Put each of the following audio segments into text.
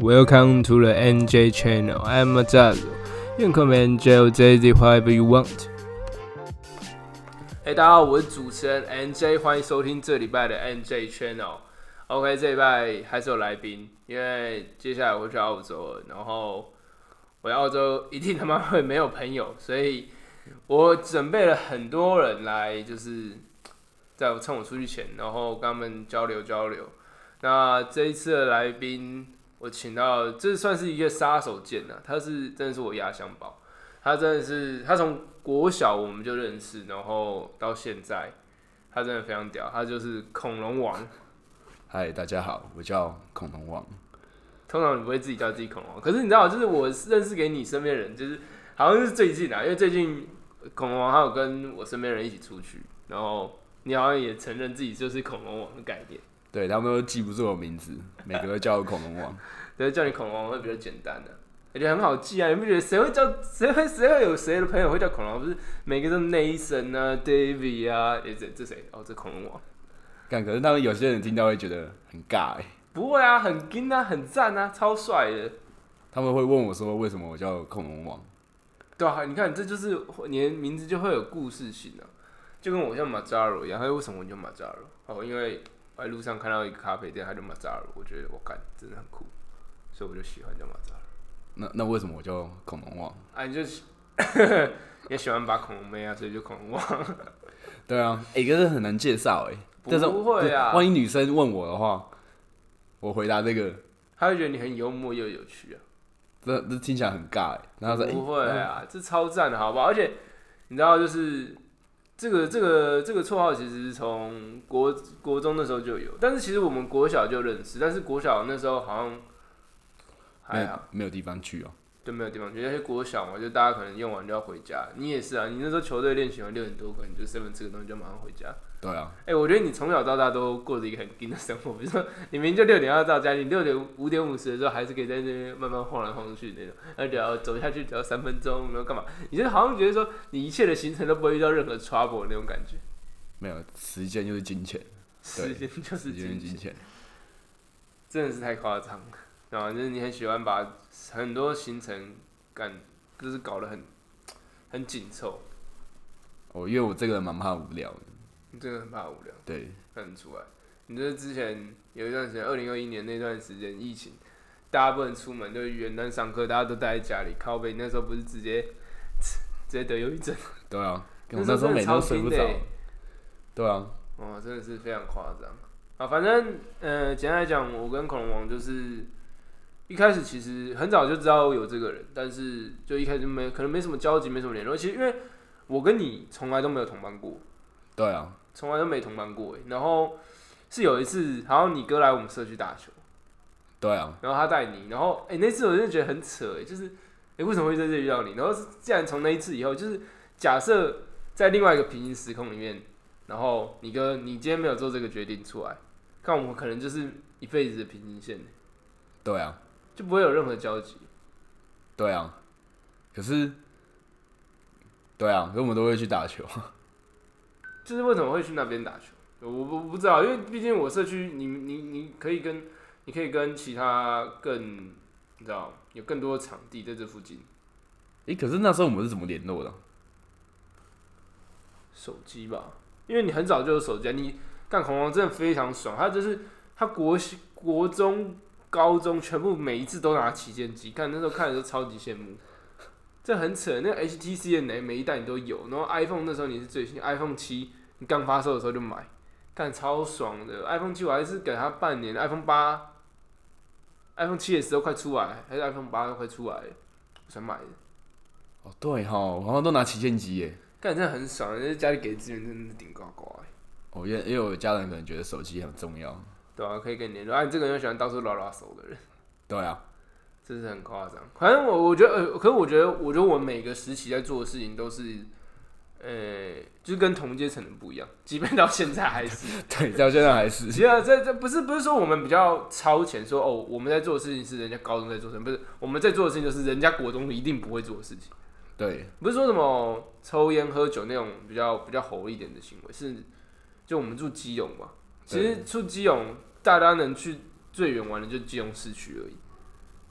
Welcome to the NJ Channel. I'm Mazazo. You can call me NJ or JZ whatever you want. 哎、大家好，我是主持人 NJ，欢迎收听这礼拜的 NJ Channel。OK，这礼拜还是有来宾，因为接下来我会去澳洲了，然后我在澳洲一定他妈会没有朋友，所以我准备了很多人来，就是在我趁我出去前，然后跟他们交流交流。那这一次的来宾，我请到这算是一个杀手锏呐、啊他是真的是我压箱宝，他真的是他从国小我们就认识，然后到现在，他真的非常屌，他就是恐龙王。嗨，大家好，我叫恐龙王。通常你不会自己叫自己恐龙，可是你知道，就是我认识给你身边的人，就是好像是最近啊，因为最近恐龙王还有跟我身边人一起出去，然后你好像也承认自己就是恐龙王的概念，对他们都记不住我名字，每个都叫我恐龙王。 对，叫你恐龙王会比较简单的、而且很好记啊，你不觉得谁会叫谁会谁会有谁的朋友会叫恐龙王？不是每个都 Nathan 啊，David 啊，诶这这谁？哦，这恐龙王。但可是他们有些人听到会觉得很尬哎、不会啊，很金啊，很赞啊，超帅的。他们会问我说为什么我叫恐龙王？对啊，你看，这就是你的名字就会有故事性啊，就跟我叫马扎罗一样。他哎为什么我叫马扎罗？哦，因为我在路上看到一个咖啡店，他叫马扎罗，我觉得我干真的很酷，所以我就喜欢叫马扎罗。那那为什么我叫恐龙王？啊，你就是 也喜欢把恐龙妹啊，所以就恐龙王。对啊，哎、可是很难介绍哎、但是不会啊万一女生问我的话，我回答这个，他会觉得你很幽默又有趣啊。这这听起来很尬哎、然后她说、不欸会啊，这超赞的，好不好？而且你知道，就是这个这个这个绰号其实是从国国中那时候就有，但是其实我们国小就认识，但是国小那时候好像没还有好，欸没有地方去哦、就没有地方去，而且国小嘛，就大家可能用完就要回家。你也是啊，你那时候球队练习完六点多，可能就身份这个东西就马上回家。对啊，哎、我觉得你从小到大都过着一个很紧的生活，比如说你明明就六点要到家，你六点五点五十的时候还是可以在那边慢慢晃来晃去那种，而且要走下去只要三分钟，然后干嘛？你就好像觉得说你一切的行程都不会遇到任何 trouble 那种感觉，没有时间就是金钱，时间就是时金间钱就是金，钱。真的是太夸张了。然后就是你很喜欢把很多行程干，就是搞得很很紧凑，哦，因为我这个人蛮怕无聊的，你真的很怕无聊。对，看得出来。你就是之前有一段时间，二零二一年那段时间疫情，大家不能出门，就是元旦上课，大家都待在家里。靠背，你那时候不是直接直接得忧郁症？对啊，那我时候那时真候的每天超都睡不拼着的欸，对啊，哦，真的是非常夸张啊！反正呃，简单来讲，我跟恐龙王就是一开始其实很早就知道有这个人，但是就一开始就没可能没什么交集，没什么联络。其实因为我跟你从来都没有同班过，对啊，从来都没同班过欸然后是有一次，好像你哥来我们社区打球。对啊，然后他带你，然后哎、诶那次我真的觉得很扯哎、就是哎、诶为什么会在这里遇到你？然后是既然从那一次以后，就是假设在另外一个平行时空里面，然后你哥你今天没有做这个决定出来，看我们可能就是一辈子的平行线，对啊，就不会有任何交集。对啊。可是，对啊，可是我们都会去打球。就是为什么会去那边打球？我我不知道，因为毕竟我社区，你你你可以跟你可以跟其他更你知道有更多的场地在这附近，诶、可是那时候我们是怎么联络的？啊手机吧，因为你很早就有手机啊，你干恐龙真的非常爽，他就是他国小国中、高中全部每一次都拿旗舰机，看那时候看的时候超级羡慕，这很扯。那 HTC 的每每一代你都有，然后 iPhone 那时候你是最新，iPhone 七你刚发售的时候就买，干超爽的。iPhone 七我还是给他半年，iPhone 八、iPhone 七的时候快出来，还是 iPhone 八都快出来了，我才买的。哦，对哈，我好像都拿旗舰机耶。干真的很爽，人家家里给的资源真的是顶呱呱的。哦，因为因为我家人可能觉得手机很重要。对啊，可以跟你联络。啊，你这个人又喜欢到处拉拉手的人， 对啊， 真是很夸张。反正我我觉得，呃，可是我觉得，我觉得我每个时期在做的事情都是，呃，就是跟同阶层的不一样， 即便到现在还是。对，到现在还是 其实啊这这不是不是说我们比较超前说，哦，我们在做的事情是人家高中在做的事情，不是我们在做的事情就是人家国中一定不会做的事情。对 不是说什么抽烟喝酒那种比较比较猴一点的行为，是就我们住基隆嘛，其对实住基隆大家能去最远玩的就基隆市区而已，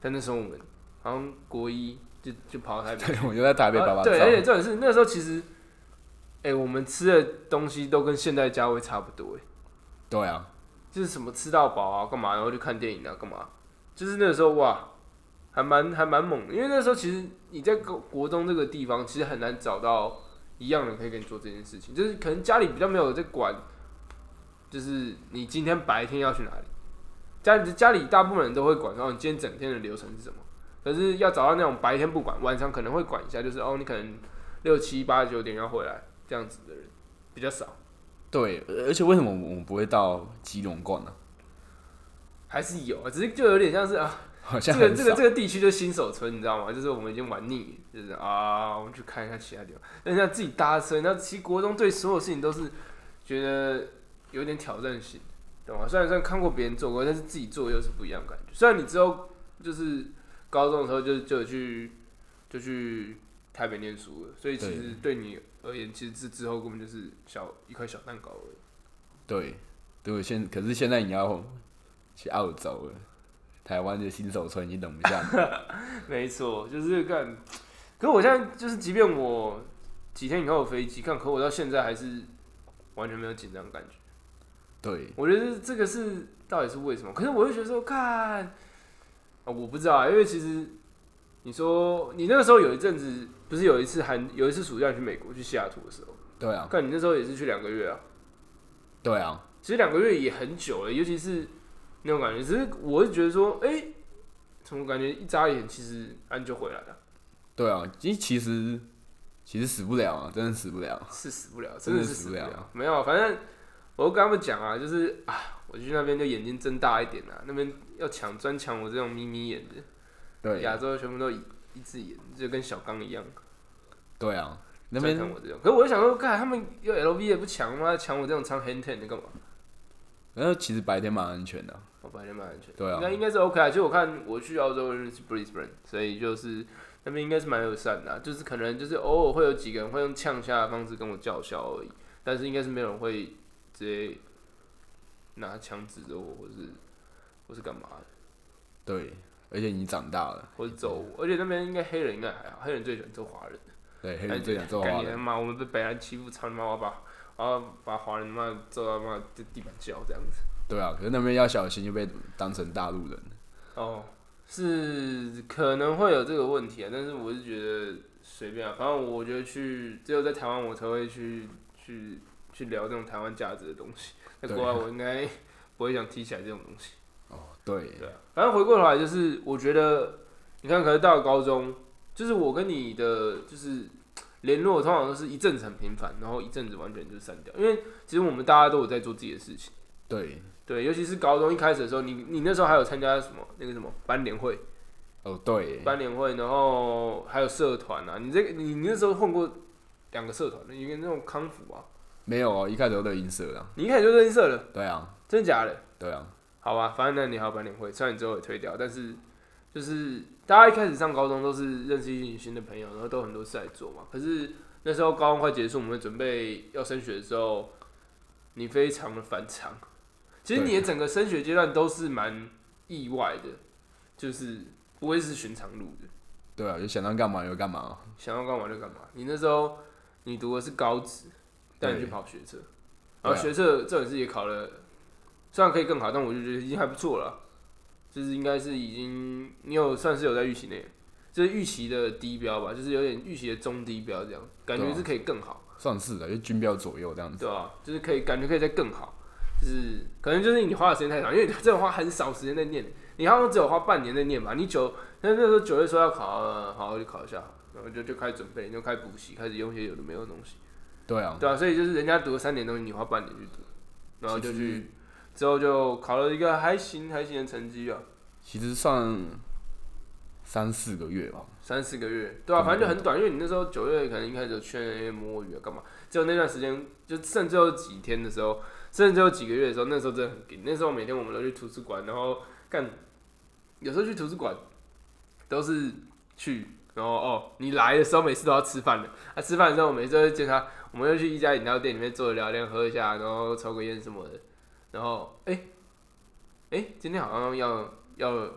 但那时候我们好像国一就就跑到台北对，我就在台北啊爸爸对，而且重照。点是那时候其实，哎、我们吃的东西都跟现在价位差不多，哎，对啊，就是什么吃到饱啊，干嘛，然后就看电影啊，干嘛，就是那时候哇，还蛮还蛮猛的，因为那时候其实你在国国中这个地方，其实很难找到一样人可以跟你做这件事情，就是可能家里比较没有在管，就是你今天白天要去哪里，家里家里大部分人都会管，然哦后你今天整天的流程是什么。可是要找到那种白天不管，晚上可能会管一下，就是哦，你可能六七八九点要回来这样子的人比较少，对，而且为什么我们不会到基隆逛呢？还是有，啊，只是就有点像是啊，好这像个很这少个这个地区就是新手村，你知道吗？就是我们已经玩腻，就是啊，我们去看一下其他地方。但是要自己搭车，那其实国中对所有事情都是觉得有点挑战性，懂吗？虽然虽然看过别人做过，但是自己做又是不一样的感觉。虽然你之后就是高中的时候就就有去就去台北念书了，所以其实对你而言，其实之之后根本就是小一块小蛋糕而已。对，对，现可是现在你要去澳洲了，台湾的新手村已经等不 下你。没错，就是干。可我现在就是，即便我几天以后有飞机，看，可我到现在还是完全没有紧张的感觉。对，我觉得这个是到底是为什么？可是我会觉得说，看，啊、我不知道啊，因为其实你说你那个时候有一阵子，不是有一次寒，有一次暑假去美国去西雅图的时候，对啊，看你那时候也是去两个月啊，对啊，其实两个月也很久了，尤其是那种感觉，只是我是觉得说，哎、怎么感觉一眨眼，其实安就回来了，对啊，其其实其实死不了啊，真的死不了。是死不了，真真的的是死死不不了了，没有，啊反正我都跟他们讲啊，就是啊，我去那边就眼睛睁大一点啊，那边要抢专抢我这种眯眯眼的。对，亚洲全部都一一只眼，就跟小刚一样。对啊，那再看边我这种，可是我就想说，看他们用 LV 也不强吗？抢我这种穿 hand tan 的干嘛？然后其实白天蛮安全的啊、我白天蛮安全。对啊应该应该是 OK 啊。就我看我去澳洲是 Brisbane，所以就是那边应该是蛮友善的啊、就是可能就是偶尔会有几个人会用呛虾的方式跟我叫嚣而已，但是应该是没有人会直接拿枪指着我，或是或是干嘛的，对，而且你长大了，或是揍我。而且那边应该黑人应该还好，黑人最喜欢揍华人。对，黑哎人最想做干花你他的，妈，我们被北韩欺负，操你妈！我要把我要把华人他妈揍到他妈地地板胶这样子。对啊，可是那边要小心就被当成大陆人。哦，是可能会有这个问题啊，但是我是觉得随便啊，反正我觉得去只有在台湾我才会去去去聊这种台湾价值的东西，在对国外我应该不会想提起来这种东西。哦，对，对啊，反正回过头来就是，我觉得你看，可能到了高中，就是我跟你的就是联络，通常都是一阵子很频繁，然后一阵子完全就删掉，因为其实我们大家都有在做自己的事情。对，对，尤其是高中一开始的时候，你你那时候还有参加什么那个什么班联会，哦，对，班联会，然后还有社团啊，你这个你你那时候混过两个社团，一个那种康复啊，没有哦，一开始都在音色啊，你一开始就认社了，对啊，真的假的？对啊，好吧，反正那你还有班联会，虽然你最后也退掉，但是就是大家一开始上高中都是认识一群新的朋友，然后都很多事来做嘛。可是那时候高中快结束，我们准备要升学的时候，你非常的反常。其实对你的整个升学阶段都是蛮意外的，就是不会是寻常路的，对啊，就想到干嘛就干嘛哦，想要干嘛就干嘛。你那时候你读的是高职，但你去对跑学测，然后对啊学测这种事也考了，虽然可以更好，但我就觉得已经还不错了，就是应该是已经你有算是有在预期内，就是预期的低标吧，就是有点预期的中低标这样，感对觉啊是可以更好，算是啊的，就均标左右这样子。对吧、啊就是可以感觉可以再更好，就是可能就是你花的时间太长，因为你真的花很少时间在念，你好像只有花半年在念吧，你九那那时候九月说要考，呃好我就考一下好了，然后就就开始准备，就开始补习，开始用一些有的没有的东西。对啊，对啊，所以就是人家读了三年东西，你花半年去读，然后就其实去，之后就考了一个还行还行的成绩啊，其实算三四个月吧。三四个月，对啊，反正就很短，因为你那时候九月可能一开始就去那边摸鱼啊，干嘛？只有那段时间，就剩最后几天的时候，剩最后几个月的时候，那时候真的很紧。那时候每天我们都去图书馆，然后干，有时候去图书馆都是去，然后哦，你来的时候每次都要吃饭的，啊，吃饭的时候我每次都会见他，我们就去一家饮料店里面坐着聊天，喝一下，然后抽个烟什么的，然后哎哎、今天好像要要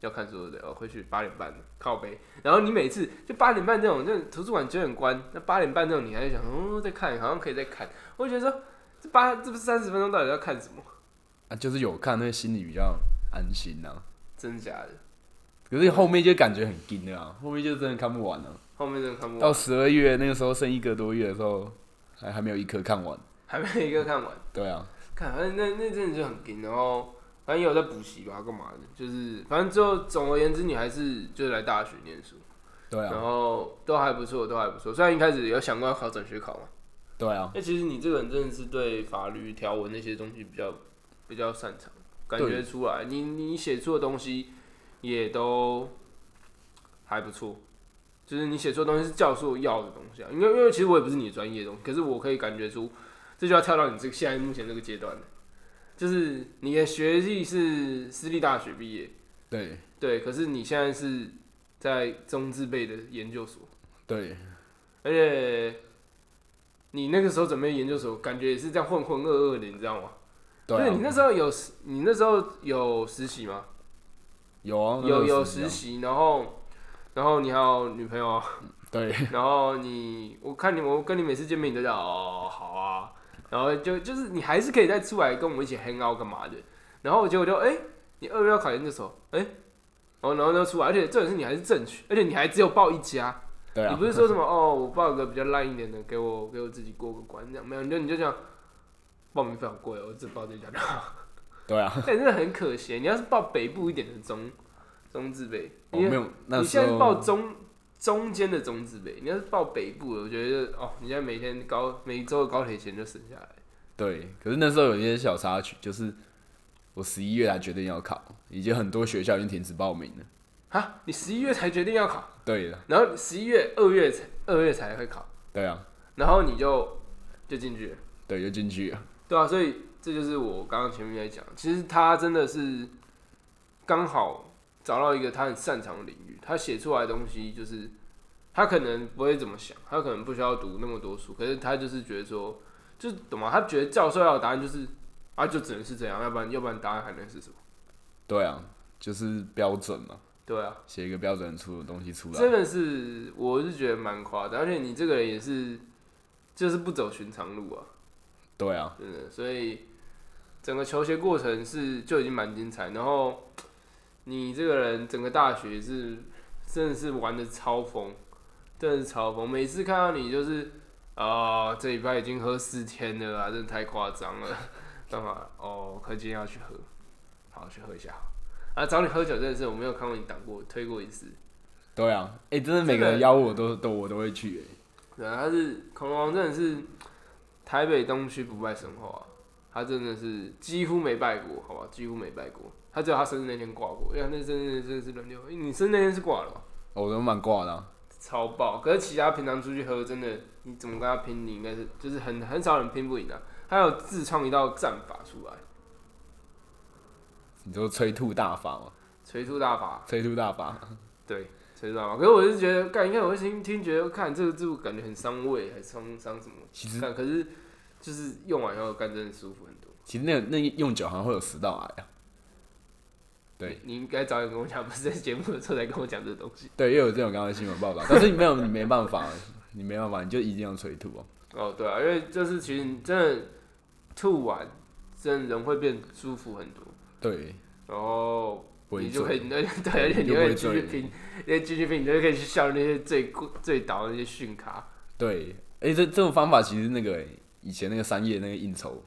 要看书对不对？哦，会去八点半靠背。然后你每次就八点半这种，就图书馆九点关，那八点半这种你还想，嗯，再看，好像可以再看。我就觉得说，这八这不是三十分钟到底要看什么？啊，就是有看，那心里比较安心呐、啊。真的假的？可是后面就感觉很紧的啊，后面就真的看不完了、啊后面真的看不到完，十二月那个时候剩一个多月的时候，还还没有一颗看完。还没有一个看完。对啊，看，反正那那阵子就很紧，然后反正也有在补习吧，干嘛的？就是反正最后总而言之，你还是就是来大学念书，对然啊，后都还不错，都还不错。虽然一开始有想过要考转学考嘛，对啊，那其实你这个人真的是对法律条文那些东西比较比较擅长，感觉对出来，你你写出的东西也都还不错。就是你写出的东西是教授要的东西啊，因为因为其实我也不是你的专业的东西，可是我可以感觉出，这就要跳到你这个现在目前这个阶段了，就是你的学历是私立大学毕业，对对，可是你现在是在中字辈的研究所，对而且你那个时候准备研究所，感觉也是这样混混噩噩的，你知道吗？对对你啊，那时候有实你那时候有实习吗？有啊，那有个有时实间啊，习，然后然后你还有女朋友，啊对，然后你我看你我跟你每次见面你都讲哦好啊，然后就就是你还是可以再出来跟我们一起 hang out 干嘛的，然后结果就哎、你二月要考研究所，哎、然后然后就出来，而且重点是你还是正取，而且你还只有报一家。对你啊不，是说什么哦，我报个比较烂一点的，给我给我自己过个关这样，没有，你就你就这样，报名费好贵哦，我只报 这一家就好。对啊，但真的很可惜，你要是报北部一点的中中字辈，我你、哦没有那你时现在是报候中中间的中字辈，你要是报北部的，我觉得哦，你现在每天高每周的高铁钱就省下来。对，可是那时候有一些小插曲，就是我十一月才决定要考，已经很多学校已经停止报名了。哈，你十一月才决定要考，对的，然后十一月、二月才二月才会考，对啊，然后你就就进去了。对，就进去了。对啊，所以这就是我刚刚前面在讲，其实他真的是刚好找到一个他很擅长的领域，他写出来的东西就是他可能不会怎么想，他可能不需要读那么多书，可是他就是觉得说，就是懂吗？他觉得教授要的答案就是啊，就只能是这样，要不然要不然答案还能是什么？对啊，就是标准嘛，对啊，写一个标准出的东西出来。真的是我是觉得蛮夸张，而且你这个人也是就是不走寻常路啊。对啊，真的，所以整个求学过程是就已经蛮精彩。然后你这个人整个大学是真的是玩的超疯，真的是超疯。每次看到你就是啊、这礼拜已经喝四天了啊，真的太夸张了。 干嘛？哦，可今天要去喝，好去喝一下。啊，找你喝酒真的是我没有看过你挡过推过一次。对啊，哎、真的每个这个人邀我都都我都会去、欸，对啊，他是恐龙王，真的是台北东区不败神话啊、他真的是几乎没败过，好吧，几乎没败过。他只有他生日那天挂过，因为他那真的真的是轮流。因为你生日那天是挂了吧？哦我都蛮挂的、啊。超爆！可是其他平常出去喝，真的你怎么跟他拼？你应该是就是很很少人拼不赢啊。他有自创一道战法出来，你说催吐大法嘛？锤出大法，催吐大法，对，锤出大法。可是我是觉得，干，你看我是听听觉得，看这个字感觉很伤胃，还伤伤什么？其实但可是就是用完以后，干真的舒服很多。其实那那用久好像会有食道癌啊。对你应该早点跟我讲，不是在节目的时候才跟我讲这个东西。 对，也有这种刚刚的新闻报道，但是你没有，你没办法，你没办法，你就一定要催吐哦、哦，对啊，因为就是其实你真的吐完，真的人会变舒服很多，对，然后不会你就可以，醉。你那 对，而且你你就不会会继续醉拼，你会继续拼，你就可以去笑那些最过最倒的那些训咖。对，哎、这这种方法其实那个、欸以前那个商业那个应酬，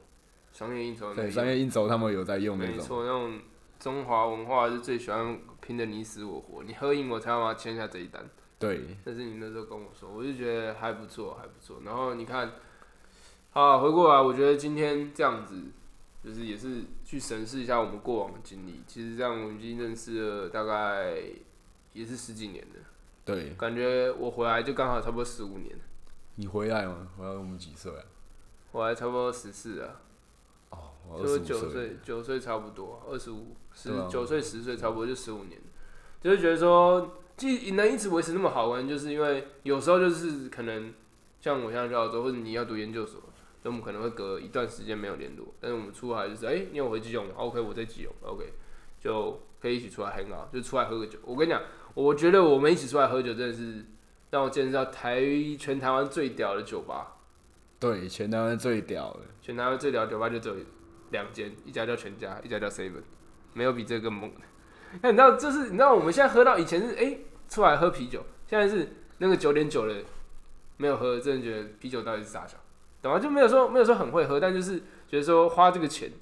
商业应酬那对，个商业应酬他们有在用那没种。错，那种中华文化是最喜欢拼的你死我活，你喝赢我才要把它签下这一单。对，但是你那时候跟我说，我就觉得还不错，还不错。然后你看，啊，回过来，我觉得今天这样子，就是也是去审视一下我们过往的经历。其实这样我们已经认识了大概也是十几年了，对，感觉我回来就刚好差不多十五年，你回来吗？回来我们几岁啊？我还差不多十四啊，哦，我二就十是五九岁。岁，九岁差不多，二十五十对啊九岁十岁差不多就十五年，就是觉得说，既能一直维持那么好玩，就是因为有时候就是可能像我现在去澳洲，或者你要读研究所，那我们可能会隔一段时间没有联络，但是我们出来就是，哎、你有回基隆吗？OK，我在基隆，OK，就可以一起出来 hang out，就出来喝个酒。我跟你讲，我觉得我们一起出来喝酒真的是让我见识到台全台湾最屌的酒吧，对，全台湾最屌的，全台湾最屌的酒吧就只有两间，一家叫全家，一家叫 Seven，没有比这更猛的。 那你知道，这是你知道我们现在喝到以前是哎、出来喝啤酒，现在是那个九点九的没有喝，真的觉得啤酒到底是啥小，懂吗？就没有说没有说很会喝，但就是觉得说花这个钱，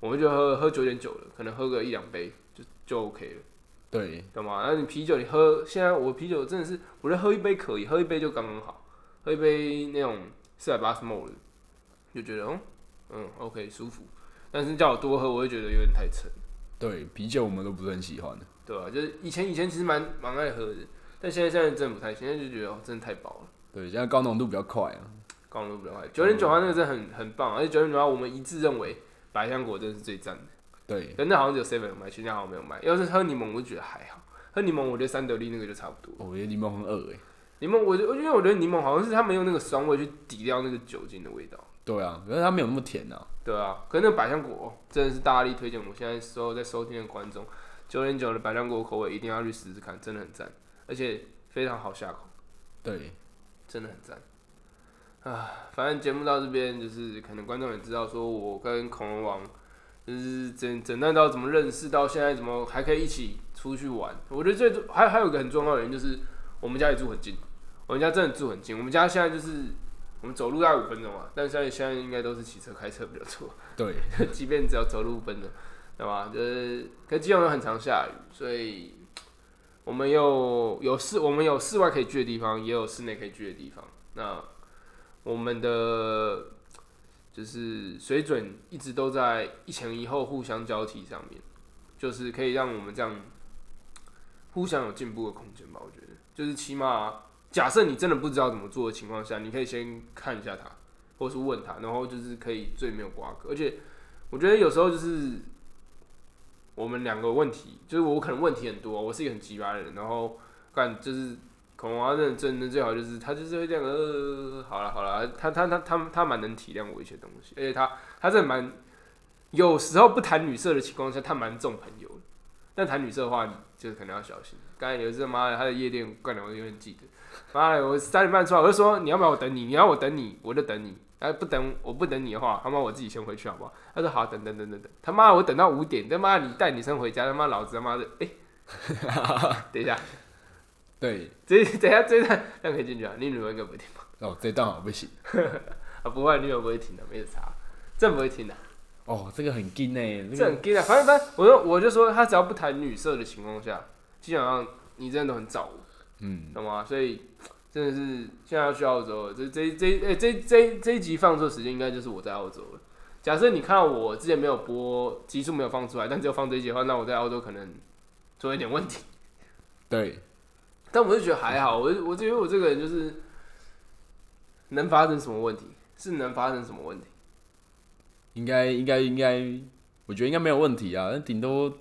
我们就喝喝九点九了，可能喝个一两杯就就 OK 了。对，懂吗？那你啤酒你喝，现在我啤酒真的是，我觉得喝一杯可以，喝一杯就刚刚好，喝一杯那种四百八十 ml 的，就觉得嗯嗯 OK 舒服。但是叫我多喝，我会觉得有点太沉，对，啤酒我们都不是很喜欢的，对吧、就是以前以前其实蛮蛮爱喝的，但现在现在真的不太行，现在就觉得哦真的太饱了，对，现在高浓度比较快啊，高浓度不了九点九八那个真的很很棒，而且九点九八我们一致认为百香果真的是最赞的。对，可是那好像只有 seven 有卖，全家好像没有卖。要是喝柠檬，我就觉得还好。喝柠檬，我觉得三得利那个就差不多了。哦我觉得柠檬很恶哎，柠檬，我就因为我觉得柠檬好像是他们用那个酸味去抵掉那个酒精的味道，对啊，可是它没有那么甜啊，对啊。可是那个百香果、哦真的是大力推荐，我现在所有在收听的观众，九点九的百香果口味一定要去试试看，真的很赞，而且非常好下口，对，真的很赞。啊，反正节目到这边，就是可能观众也知道，说我跟恐龙王就是整整段到怎么认识，到现在怎么还可以一起出去玩。我觉得最重还还有一个很重要的原因就是我们家也住很近，我们家真的住很近。我们家现在就是我们走路大概五分钟啊，但现在现在应该都是骑车开车比较多。对，即便只要走路五分钟，对吧？就是，可是基隆又很常下雨，所以我们又有室，我们有室外可以去的地方，也有室内可以去的地方。那我们的就是水准一直都在一前一后互相交替上面，就是可以让我们这样互相有进步的空间吧。我觉得，就是起码假设你真的不知道怎么做的情况下，你可以先看一下他，或是问他，然后就是可以最没有瓜葛，而且。我觉得有时候就是我们两个问题，就是我可能问题很多，我是一个很急巴的人，然后干就是恐龙啊，认真的最好就是他就是会这样，呃，好了好了，他他他他他蛮能体谅我一些东西，而且他他真的蛮有时候不谈女色的情况下，他蛮重朋友的，但谈女色的话，你就可能要小心。刚才有一次妈的，他的夜店干的我永远记得，妈的，我三点半出来，我就说你要不要我等你，你要我等你，我就等你。哎，不等我不等你的话，他妈我自己先回去好不好？他说好，等等等等等，他妈我等到五点，他妈你带女生回家，他妈老子他妈的，哎、等一下，对，这等一下这一段这样可以进去啊？你女朋友应该不会听吧？哦，这段好像不行，啊，不会，女朋友不会听的，没有差，真不会听的，哦，这个很劲哎，这个很 gay 的。反正反正，我说我就说，他只要不谈女色的情况下，基本上你真的都很照顾。嗯，懂吗？所以真的是现在要去澳洲了，这这这哎、这这这一集放出的时间应该就是我在澳洲了。假设你看到我之前没有播集数没有放出来，但只有放这一集的话，那我在澳洲可能出了一点问题。对，但我就觉得还好，我就我就觉得我这个人就是能发生什么问题是能发生什么问题，应该应该应该，我觉得应该没有问题啊，那顶多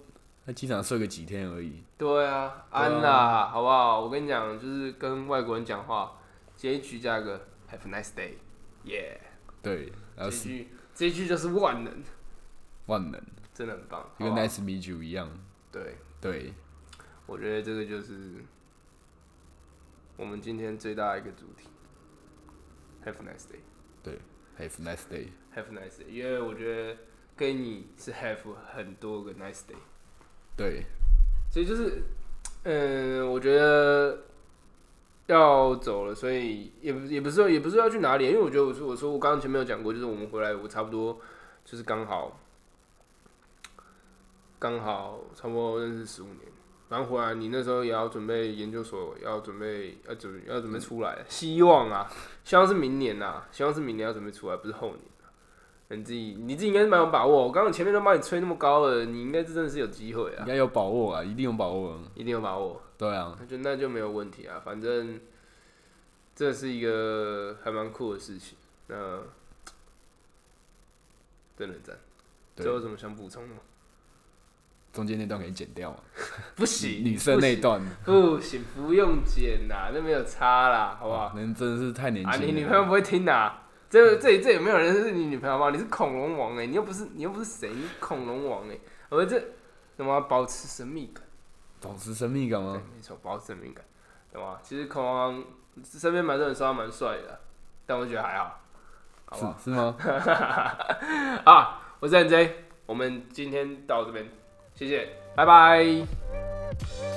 在机场睡个几天而已，对啊，安啦，好不好？我跟你讲，就是跟外国人讲话，这一句加个 Have a nice day，yeah，对，这然后一是句这一句就是万能，万能，真的很棒，就跟好不好啊 Nice Meet You 一样，对，对，我觉得这个就是我们今天最大的一个主题。Have a nice day, 对，Have a nice day， have a nice day，因为我觉得跟你是 have 很多个 nice day，对，所以就是，嗯，我觉得要走了，所以也不也不是说也不是要去哪里，因为我觉得我说我说我刚刚前面有讲过，就是我们回来我差不多就是刚好刚好差不多认识十五年，然后回来你那时候也要准备研究所，要准备要准要准备出来，希望啊，希望是明年呐、希望是明年要准备出来，不是后年啊。你自己你自己应该是蛮有把握，我刚刚前面都帮你吹那么高了，你应该是真的是有机会啊应。该有把握啊，一定有把握啊，一定有把握，对啊，那就那就没有问题啊。反正这是一个还蛮酷的事情，那真的很赞。对最后有什么想补充 的吗？中间那段可以剪掉嘛，啊不行，女生那段，不行，不用剪啦，那没有差啦，好不好？哦人真的是太年啊，轻了，你女朋友不会听的、啊。这这里这也没有欸人是你女朋友吧？你是恐龙王哎、你又不是你又不是谁，你是恐龙王哎、我这那么要保持神秘感。保持神秘感对吗？，没错，保持神秘感，懂吗？其实孔王身边蛮多人说他蛮帅的，但我觉得还好，好不好？是是吗？ 啊，我是 NJ，我们今天到这边，谢谢，拜拜。